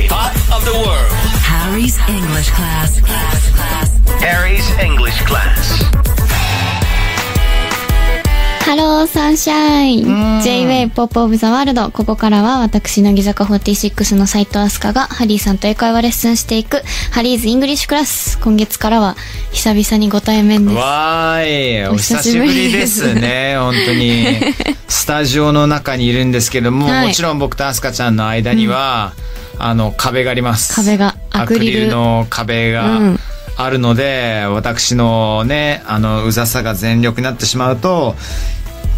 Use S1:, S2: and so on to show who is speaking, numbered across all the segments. S1: the world.
S2: Harry's English class.
S1: Harry's English class.
S3: ハローサンシャイン J-Way Pop of the World ここからは私乃木坂46の斉藤飛鳥がハリーさんと英会話レッスンしていくハリーズイングリッシュクラス今月からは久々にご対面です
S4: わーいお
S3: お
S4: 久
S3: 久
S4: し
S3: し
S4: ぶ
S3: ぶ
S4: り
S3: り
S4: で
S3: ですす
S4: ね本 当にスタジオの中にいるんですけども、
S3: はい
S4: もちろん僕とアスカちゃんの間には、あの壁があります
S3: 壁が
S4: ア
S3: ア
S4: ク
S3: ク
S4: リ
S3: リ
S4: ル
S3: ル
S4: の壁が
S3: うん
S4: あるので、私のねあのうざさが全力になってしまうと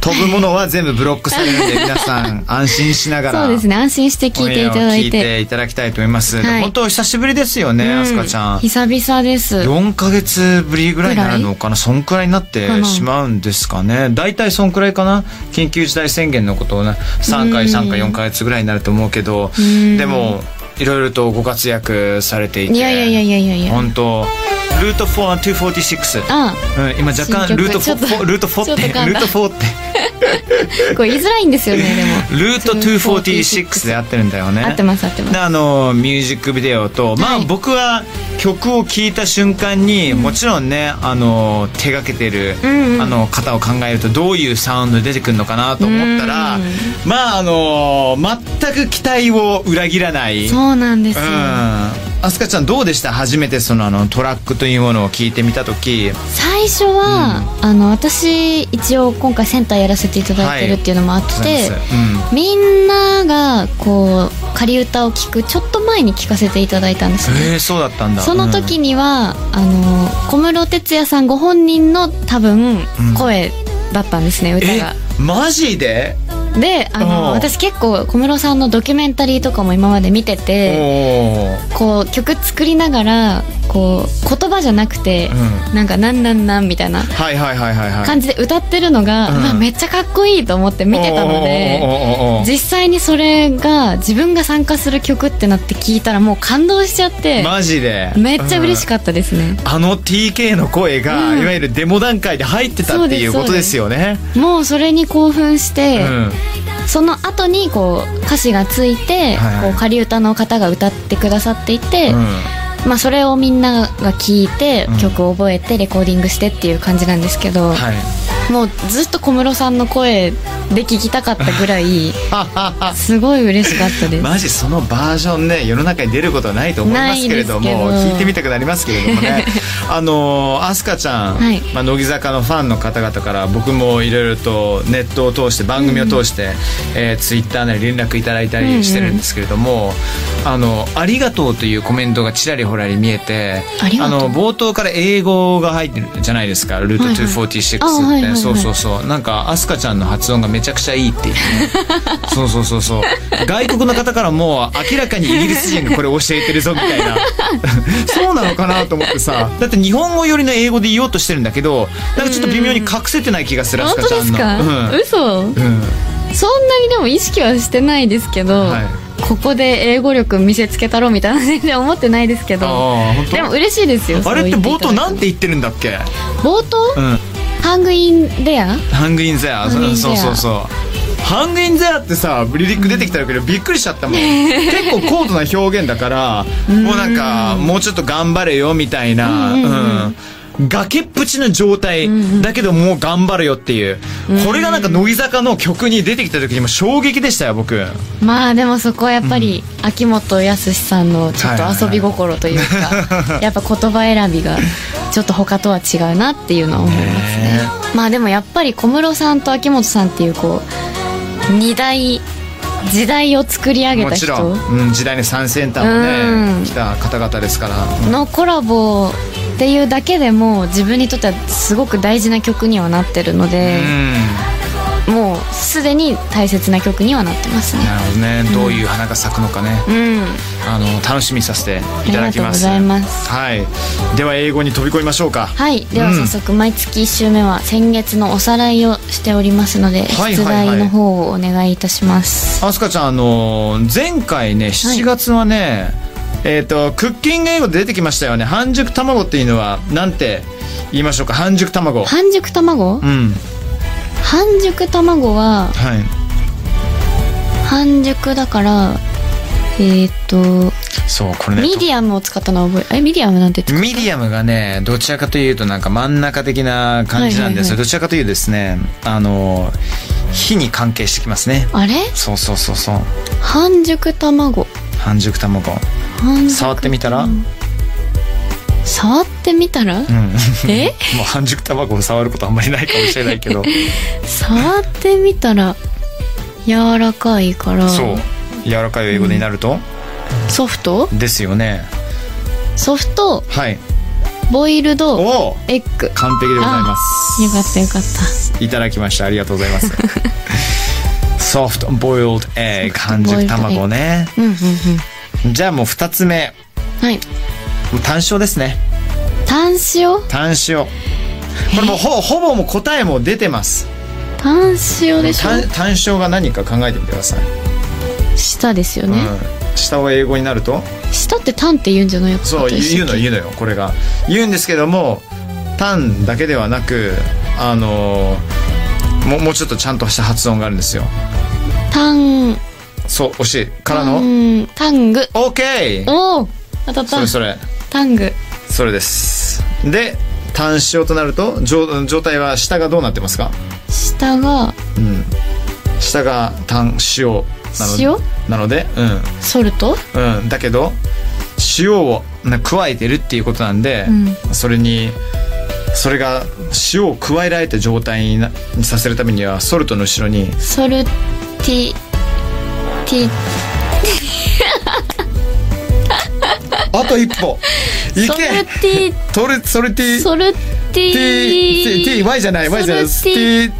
S4: 飛ぶものは全部ブロックされる んで皆さん安心しながら
S3: そうですね安心して聞いていただい
S4: オンエアを聞い
S3: て
S4: ていただきたいと思います、
S3: はい
S4: 本当お久しぶりですよね、
S3: うん
S4: アスカちゃん
S3: 久々です
S4: 4ヶ月ぶりぐらいになるのかなそんくらいになってしまうんですかね大体そんくらいかな緊急事態宣言のことをね3回
S3: うん
S4: 3回4ヶ月ぐらいになると思うけど
S3: ん
S4: でもいろいろとご活躍されていて
S3: いやいやいやいやいやいや
S4: 本当ルート4246
S3: あ
S4: うん、今若干
S3: 新曲
S4: ルート
S3: ちょっと
S4: 4ルート4っ
S3: ちょ
S4: て
S3: っと簡単
S4: ルート4って
S3: あこれ言いづらいんですよねで も
S4: ルート246で合ってるんだよね
S3: 合ってます合ってます
S4: であのミュージックビデオと、まあ
S3: はい
S4: 僕は曲を聴いた瞬間に、もちろんねあの手がけてる、
S3: んうん
S4: あの方を考えるとどういうサウンド出てくるのかなと思ったら、
S3: うん
S4: まああの全く期待を裏切らない
S3: そうなんです
S4: う
S3: よ、
S4: んあすかちゃんどうでした初めてそのあのトラックというものを聞いてみた時
S3: 最初は、あの私一応今回センターやらせていただいてるっていうのもあって、
S4: う
S3: みんながこう仮歌を聴くちょっと前に聴かせていただいたんですね、
S4: えー、そうだったんだ
S3: その時には、あの小室哲哉さんご本人の多分
S4: ん
S3: 声だったんですね、
S4: うん
S3: 歌
S4: え
S3: が
S4: マジで
S3: であの
S4: おう
S3: 私結構小室さんのドキュメンタリーとかも今まで見て
S4: お
S3: て
S4: ー
S3: こう曲作りながらこう言葉じゃなくて、なんか「なんなんなん」みたいな
S4: はいはいはいはいはい
S3: 感じで歌ってるのが、
S4: うん
S3: うわめっちゃかっこいいと思って見てたの
S4: おー
S3: で
S4: おーおーおー
S3: 実際にそれが自分が参加する曲ってなって聞いたらもう感動しちゃって
S4: マジで
S3: めっちゃ嬉しかったですね、
S4: うんあの TK の声が、
S3: うん
S4: いわゆるデモ段階で入ってたっていう
S3: そうです
S4: ことですよね
S3: もうそれに興奮して、
S4: うん
S3: その後にこう歌詞がついて、
S4: はいはい
S3: こう仮歌の方が歌ってくださっていて、
S4: うん
S3: まあ、それをみんなが聞いて
S4: うん
S3: 曲を覚えてレコーディングしてっていう感じなんですけど、
S4: はい
S3: もうずっと小室さんの声で聞きたかったぐらいすごい嬉しかったです
S4: マジそのバージョンね世の中に出ることはないと思いますけれども
S3: ないですけど
S4: 聞いてみたくなりますけれど もねあのー、アスカちゃん、
S3: はい
S4: まあ、乃木坂のファンの方々から僕もいろいろとネットを通して番組を通して、えー、ツイッターなり連絡いただいたりしてるんですけれども「あのありがとう」というコメントがちらりほらり見えて
S3: ありがとう
S4: の冒頭から英語が入ってるじゃないですか「ルート
S3: はいはい
S4: 246」って、
S3: あはいはいはい
S4: そうそうそうなんかアスカちゃんの発音がめちゃくちゃいいっていうねそうそうそうそう外国の方からも明らかにイギリス人がこれ教えてるぞみた いなそうなのかなと思ってさだって日本語よりの英語で言おうとしてるんだけどなんかちょっと微妙に隠せてない気がするアス
S3: 本当
S4: カちゃ
S3: で
S4: ん
S3: す
S4: の
S3: か、
S4: うん
S3: 嘘
S4: うん
S3: そんなにでも意識はしてないですけど、
S4: はい
S3: ここで英語力見せつけたろみたいな全然思ってないですけど
S4: ああ本
S3: でも
S4: 当
S3: 嬉しいですよ
S4: あれって冒頭なん
S3: て
S4: て言ってるんだっけ
S3: 冒頭、
S4: うん
S3: ハングインレア
S4: ハングインゼア
S3: ハングインゼ
S4: そ
S3: ア
S4: うそうそうハングインゼアってさブリリック出てきたけどびっくりしちゃったもん結構高度な表現だからもうなんかもうちょっと頑張れよみたいな
S3: うんうんうん
S4: うん崖っぷちの状態だけどもう頑張れよっていうこれがなんか乃木坂の曲に出てきた時にも衝撃でしたよ僕
S3: まあでもそこはやっぱり、秋元康さんのちょっ
S4: はいはい
S3: と
S4: はい
S3: 遊び心というか、 やっぱ言葉選びがちょっと他とは違うなっていうのは思いますね
S4: ね
S3: まあでもやっぱり小室さんと秋元さんっていうこう二大時代を作り上げ
S4: も
S3: た
S4: ち
S3: 人
S4: ろんうん時代に3センターも
S3: うん
S4: ね来た方々ですからうん
S3: のコラボっていうだけでも自分にとってはすごく大事な曲にはなってるので、もうすでに大切な曲にはなってますね
S4: なるほどねどういう花が咲くのかね
S3: うん
S4: あの楽しみにさせていただきます。
S3: ありがとうございます
S4: はい、では英語に飛び込みましょうか。
S3: はいでは早速毎月1週目は先月のおさらいをしておりますので、
S4: はい
S3: 出
S4: はいはい
S3: 題の方をお願いいたします
S4: アスカちゃん、あの前回ね、7月はね、えっ、とクッキング英語で出てきましたよね。半熟卵っていうのはなんて言いましょうか。半熟卵。
S3: 半熟卵
S4: うん、
S3: 半熟卵は
S4: はい。
S3: 半熟だからえーっと
S4: そうこれね
S3: ミディアムを使ったのは覚ええミディアムなんて言ってた
S4: ミディアムがねどちらかというとなんか真ん中的な感じなん
S3: はいはい
S4: ですよ、
S3: はい
S4: どちらかというとですねあの火に関係してきますね
S3: あれ
S4: そうそうそうそう
S3: 半熟卵
S4: 半熟卵
S3: 半熟
S4: 触ってみたら、うん、も
S3: 触ってみたらえ
S4: う半熟卵を触ることあんまりないかもしれないけ ど
S3: 触ってみたら柔らかいから
S4: そう柔らかい英語になると、
S3: ソフト
S4: ですよね
S3: ソフト
S4: はい
S3: ボイルド
S4: おお
S3: エッグ
S4: 完璧でございます
S3: よかったよかった
S4: いただきましたありがとうご ざいますソフトボイルドエッグ半熟卵ね
S3: うんうんうん
S4: じゃあもう2つ目
S3: はい
S4: もう単勝ですね
S3: 単塩
S4: 単勝これもうほぼほぼもう答えも出てます
S3: 単塩でしょ
S4: 単単勝が何か考えてみてください、
S3: 舌ですよね、
S4: うん、下は英語になると
S3: 舌って単って言うんじゃないか
S4: そう言うの言うのよこれが言うんですけども単だけではなくあのーもうもうちょっとちゃんとした発音があるんですよ
S3: 単
S4: そう惜しいから
S3: う
S4: の
S3: んタング
S4: OK
S3: おお当たっ
S4: そ
S3: た
S4: れそれ
S3: タング
S4: それですで単勝となると状状態は下がどうなってますか
S3: 舌が
S4: うん下が単塩なので
S3: 塩
S4: なのでうん
S3: ソルト
S4: うん、だけど塩をな加えてるっていうことなんで、
S3: う
S4: それにそれが塩を加えられた状態になにさせるためにはソルトの後 ろに
S3: ソルティティ
S4: あと一歩い
S3: ソル
S4: け
S3: テ
S4: トルソルテ
S3: ィ
S4: ィ
S3: ソルテ
S4: T
S3: ィ
S4: TY じゃない Y じゃない
S3: ソルテ
S4: T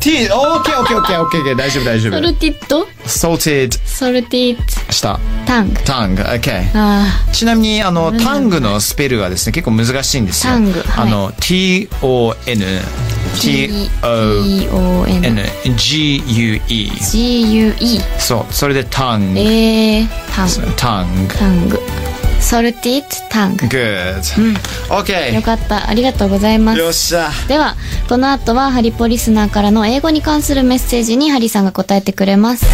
S4: T TOKOKOKOK 大丈夫大丈
S3: ソル
S4: 夫
S3: ティッド
S4: ソルティッ
S3: ソルティッ
S4: した
S3: タング
S4: タング OK
S3: あ
S4: ちなみにあの
S3: んだ
S4: タングのスペルはですね結構難しいんですよ。
S3: タングはい
S4: あの T O N T O N
S3: T-O-N
S4: G U E
S3: G-U-E
S4: そうそれでタング
S3: えータング
S4: タング
S3: タングソルティッタング
S4: Good、
S3: よ
S4: OK
S3: かったありがとうございます
S4: よっしゃ
S3: ではこの後はハリポリスナーからの英語に関するメッセージにハリさんが答えてくれます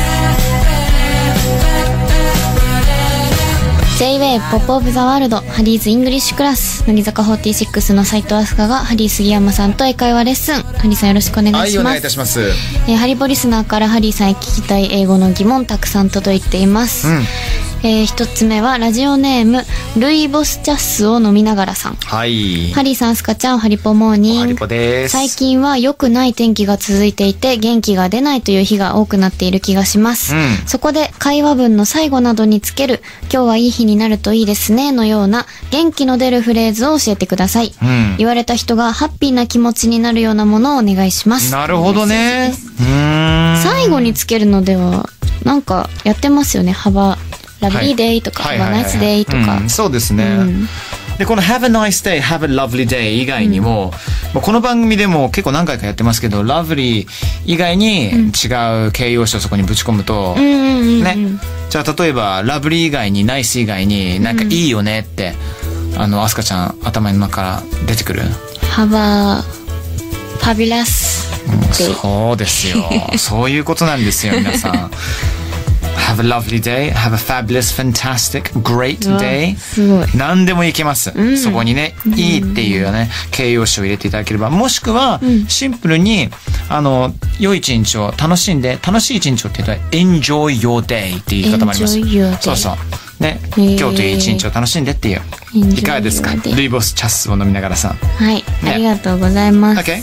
S3: J-WAY ポップオブザワールドハリーズイングリッシュクラス乃木坂46の斉藤飛鳥がハリー杉山さんと英会話レッスンハリーさんよろしくお願いします、
S4: はいお願いいたします
S3: えーハリポリスナーからハリーさんへ聞きたい英語の疑問たくさん届いています、
S4: うん
S3: えー一つ目はラジオネームルイボスチャスを飲みながらさん
S4: はい
S3: ハリーさんスカちゃんハリポモーニング
S4: ハリポです
S3: 最近は良くない天気が続いていて元気が出ないという日が多くなっている気がします、
S4: うん
S3: そこで会話文の最後などにつける今日はいい日になるといいですねのような元気の出るフレーズを教えてください、
S4: うん
S3: 言われた人がハッピーな気持ちになるようなものをお願いします
S4: なるほどねうーん
S3: 最後につけるのではなんかやってますよね幅ラブリーデイとか、
S4: はい
S3: 幅ナイスデイとか、
S4: うんそうですね、
S3: うん
S4: でこの「Have a nice day」「Have a lovely day」以外にも、まあこの番組でも結構何回かやってますけど「lovely」以外に違う形容詞をそこにぶち込むと、
S3: うんうんうんうん
S4: ねじゃあ例えば「ラブリー」以外に「ナイス」以外になんか「いいよね」って、あのアスカちゃん頭の中から出てくる、
S3: 幅ファビュラスデイ
S4: そうです よそういうことなんですよ皆さん Have a lovely day Have a fabulous fantastic great
S3: うわ
S4: day
S3: すごい
S4: 何でもいけます、
S3: ん
S4: そこにね、いいっていうね形容詞を入れていただければもしくは、
S3: ん
S4: シンプルにあの良い一日を楽しんで楽しい一日をって言ったら Enjoy your day っていう言い方もあります
S3: Enjoy your day
S4: そうそうね、
S3: へー
S4: 今日という一日を楽しんでっていう
S3: Enjoy
S4: いかがですか
S3: your day
S4: ルイボスチャスを飲みながらさん
S3: はい、
S4: ね
S3: ありがとうございます。
S4: OK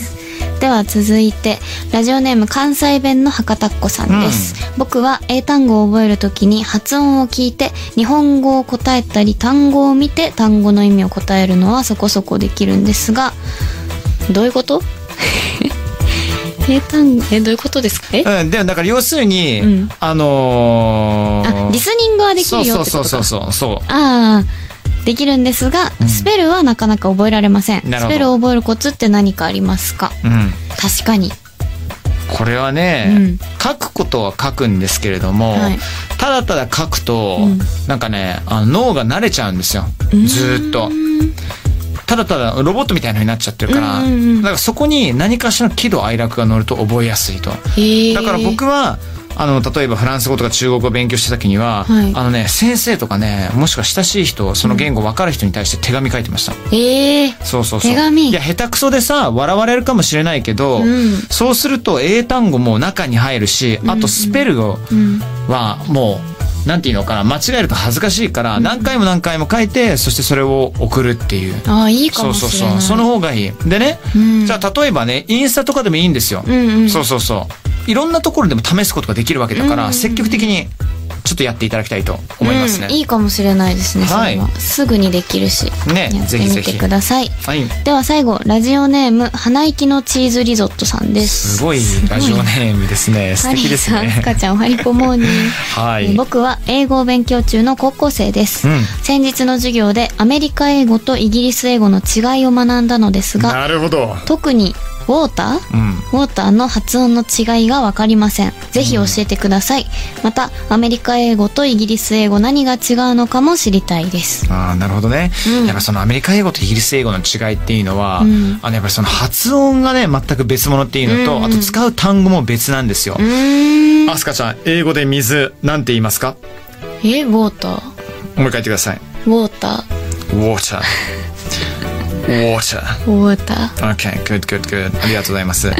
S3: では続いてラジオネーム関西弁の博多っ子さんです、僕は英単語を覚えるときに発音を聞いて日本語を答えたり単語を見て単語の意味を答えるのはそこそこできるんですがどういうこと 英単語えどういうことですかえあ
S4: うん、でもだから要するに、
S3: うん
S4: あのー、
S3: リスニングはできるよってことか
S4: そうそうそうそうそう
S3: ああできるんですが、スペルはなかなか覚えられません
S4: なる
S3: ス
S4: ほど
S3: ペルを覚えるコツって何かありますか
S4: うん、
S3: 確かに
S4: これはね、
S3: うん
S4: 書くことは書くんですけれども、
S3: はい
S4: ただただ書くと、
S3: うん
S4: なんかねあの脳が慣れちゃうんですよずーっと。ただただロボットみたいなのになっちゃってるから、
S3: うんうんうん
S4: だからそこに何かしらの喜怒哀楽が乗ると覚えやすいと。
S3: へえ
S4: だから僕はあの例えばフランス語とか中国語を勉強した時には、
S3: はい
S4: あのね先生とかねもしくは親しい人その言語分かる人に対して手紙書いてました、
S3: ええー。
S4: そうそうそう
S3: 手紙
S4: いや下手くそでさ笑われるかもしれないけど、
S3: うん
S4: そうすると英単語も中に入るしあとスペルを
S3: うん。
S4: はもうなんていうのかな間違えると恥ずかしいから何回も何回も書いてそしてそれを送るっていう。
S3: ああ、いいか
S4: そう
S3: も
S4: そう
S3: し
S4: そ
S3: れな
S4: う
S3: い。
S4: その方がいいでね、
S3: うん
S4: じゃあ例えばねインスタとかでもいいんですよ、
S3: うんうん
S4: そうそうそういろんなところでも試すことができるわけだから、
S3: うんうん
S4: 積極的にちょっとやっていただきたいと思いますね、
S3: うんいいかもしれないですね。それは
S4: は
S3: すぐにできるし。
S4: ね
S3: やって
S4: ぜひぜ
S3: み
S4: ひ
S3: てください。
S4: はい
S3: では最後ラジオネーム花息のチーズリゾットさんです。
S4: すごいラジオネームですね素
S3: ハリ
S4: 敵
S3: ー
S4: です
S3: さん、ス
S4: ね
S3: カちゃん、おはりこモーニー。
S4: はい
S3: えー僕は英語を勉強中の高校生です、
S4: うん
S3: 先日の授業でアメリカ英語とイギリス英語の違いを学んだのですが、
S4: なるほど
S3: 特にウォーター、
S4: うん
S3: ウォーターの発音の違いがわかりません。ぜひ教えてください。また、アメリカ英語とイギリス英語何が違うのかも知りたいです。
S4: ああなるほどね、
S3: うん
S4: やっぱそのアメリカ英語とイギリス英語の違いっていうのは、
S3: うん
S4: あのやっぱりその発音がね全く別物っていうのと、
S3: うんうん
S4: あと使う単語も別なんですよ、
S3: うーん。
S4: アスカちゃん英語で水なんて言いますか
S3: え、ウォーター
S4: もう一回言ってください
S3: ウォータ
S4: water water
S3: ーウォーター
S4: Okay, good, good, good. ありがとうございます。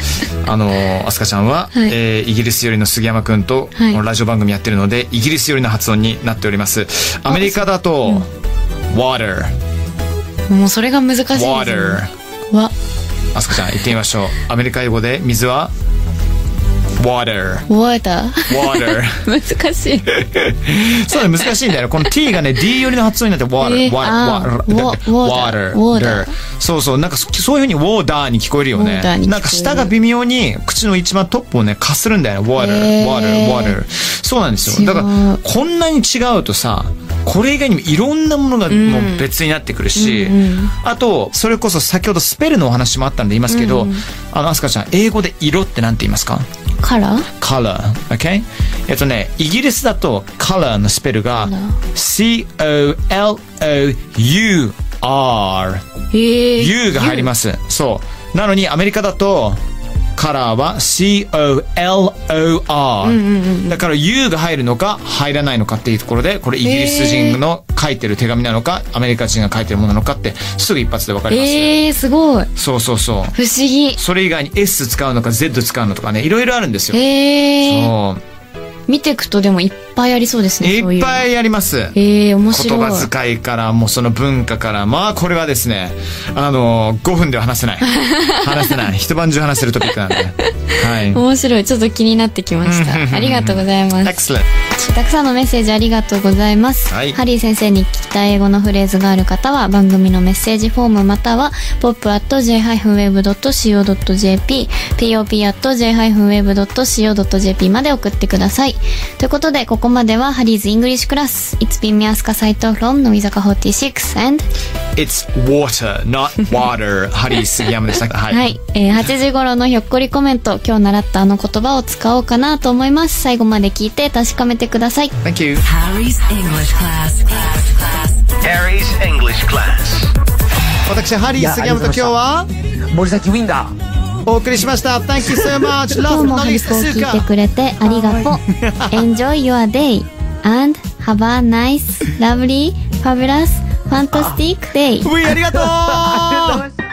S4: あのー、アスカちゃんは、
S3: はい
S4: えーイギリス寄りの杉山くんと、
S3: はい
S4: このラジオ番組やってるので、イギリス寄りの発音になっております。アメリカだと、water,
S3: もうそれが難しいです、ね。
S4: water.
S3: わ、
S4: アスカちゃん、言ってみましょう。アメリカ英語で水は、water,
S3: ウォータ
S4: water.
S3: ー 難しい。
S4: そうだね難しいんだよねこの T がね D 寄りの発音になって water
S3: えー
S4: water
S3: あー
S4: water
S3: wa- water
S4: water
S3: water
S4: そうそうなんかそそういうふうに water に聞こえるよ
S3: water
S4: ね
S3: に聞こえる
S4: なんか舌が微妙に口の一番トップをねかするんだよね water
S3: えー
S4: water water そうなんですよだか
S3: 違
S4: ら
S3: う
S4: こんなに違うとさこれ以外にもいろんなものがもう別になってくるし、
S3: うんうん
S4: あとそれこそ先ほどスペルのお話もあったので言いますけど、あのアスカちゃん英語で色ってなんて言いますか
S3: カラー
S4: color, okay? えっとね、イギリスだと color のスペルが C-O-L-O-U-R。
S3: え
S4: U が入ります。そう。なのにアメリカだと color は C-O-L-O-R。だから U が入るのか入らないのかっていうところで、これイギリス人の書いてる手紙なのか、アメリカ人が書いてるものなのかってすぐ一発でわかります。
S3: えー、すごい。
S4: そうそうそう。
S3: 不思議。
S4: それ以外に S 使うのか Z 使うのとかね、いろいろあるんですよ。
S3: えー、
S4: そう。
S3: 見ていくとでもいっぱいありそうですね。そう
S4: いっぱ
S3: い
S4: いやります。
S3: うの。えー、面白
S4: 言
S3: い。
S4: 葉遣いからもうその文化からまあこれはですねあの5分では 話せない話せない一晩中話せるトピックなんではい
S3: 面白い。ちょっと気になってきました。ありがとうございます。
S4: Excellent
S3: たくさんのメッセージありがとうございます、
S4: はい
S3: ハリー先生に聞きたい英語のフレーズがある方は番組のメッセージフォームまたは pop.j-wave.co.jp pop.j-wave.co.jp まで送ってくださいということでここまではハリーズイングリッシュクラス It's been me Asuka Saito from 乃木坂46 and
S4: It's water not water ハリー杉山でしたはい、
S3: はい、えー8時頃のひょっこりコメント今日習ったあの言葉を使おうかなと思います最後まで聞いて確かめてください
S4: Thank you
S2: Harry's English class.
S1: Harry's English class.
S4: 私ハリー杉山と今日は
S5: 森崎ウィンダー
S4: お送りしました Thank you so much
S3: 今
S4: Love
S3: 日もハ
S4: 乃
S3: リ
S4: 木
S3: スコを
S4: 坂
S3: 聞いて
S4: ス
S3: くれてありがとう。Enjoy your day and have a nice, lovely, fabulous, fantastic day.
S4: ーカー We ありがとう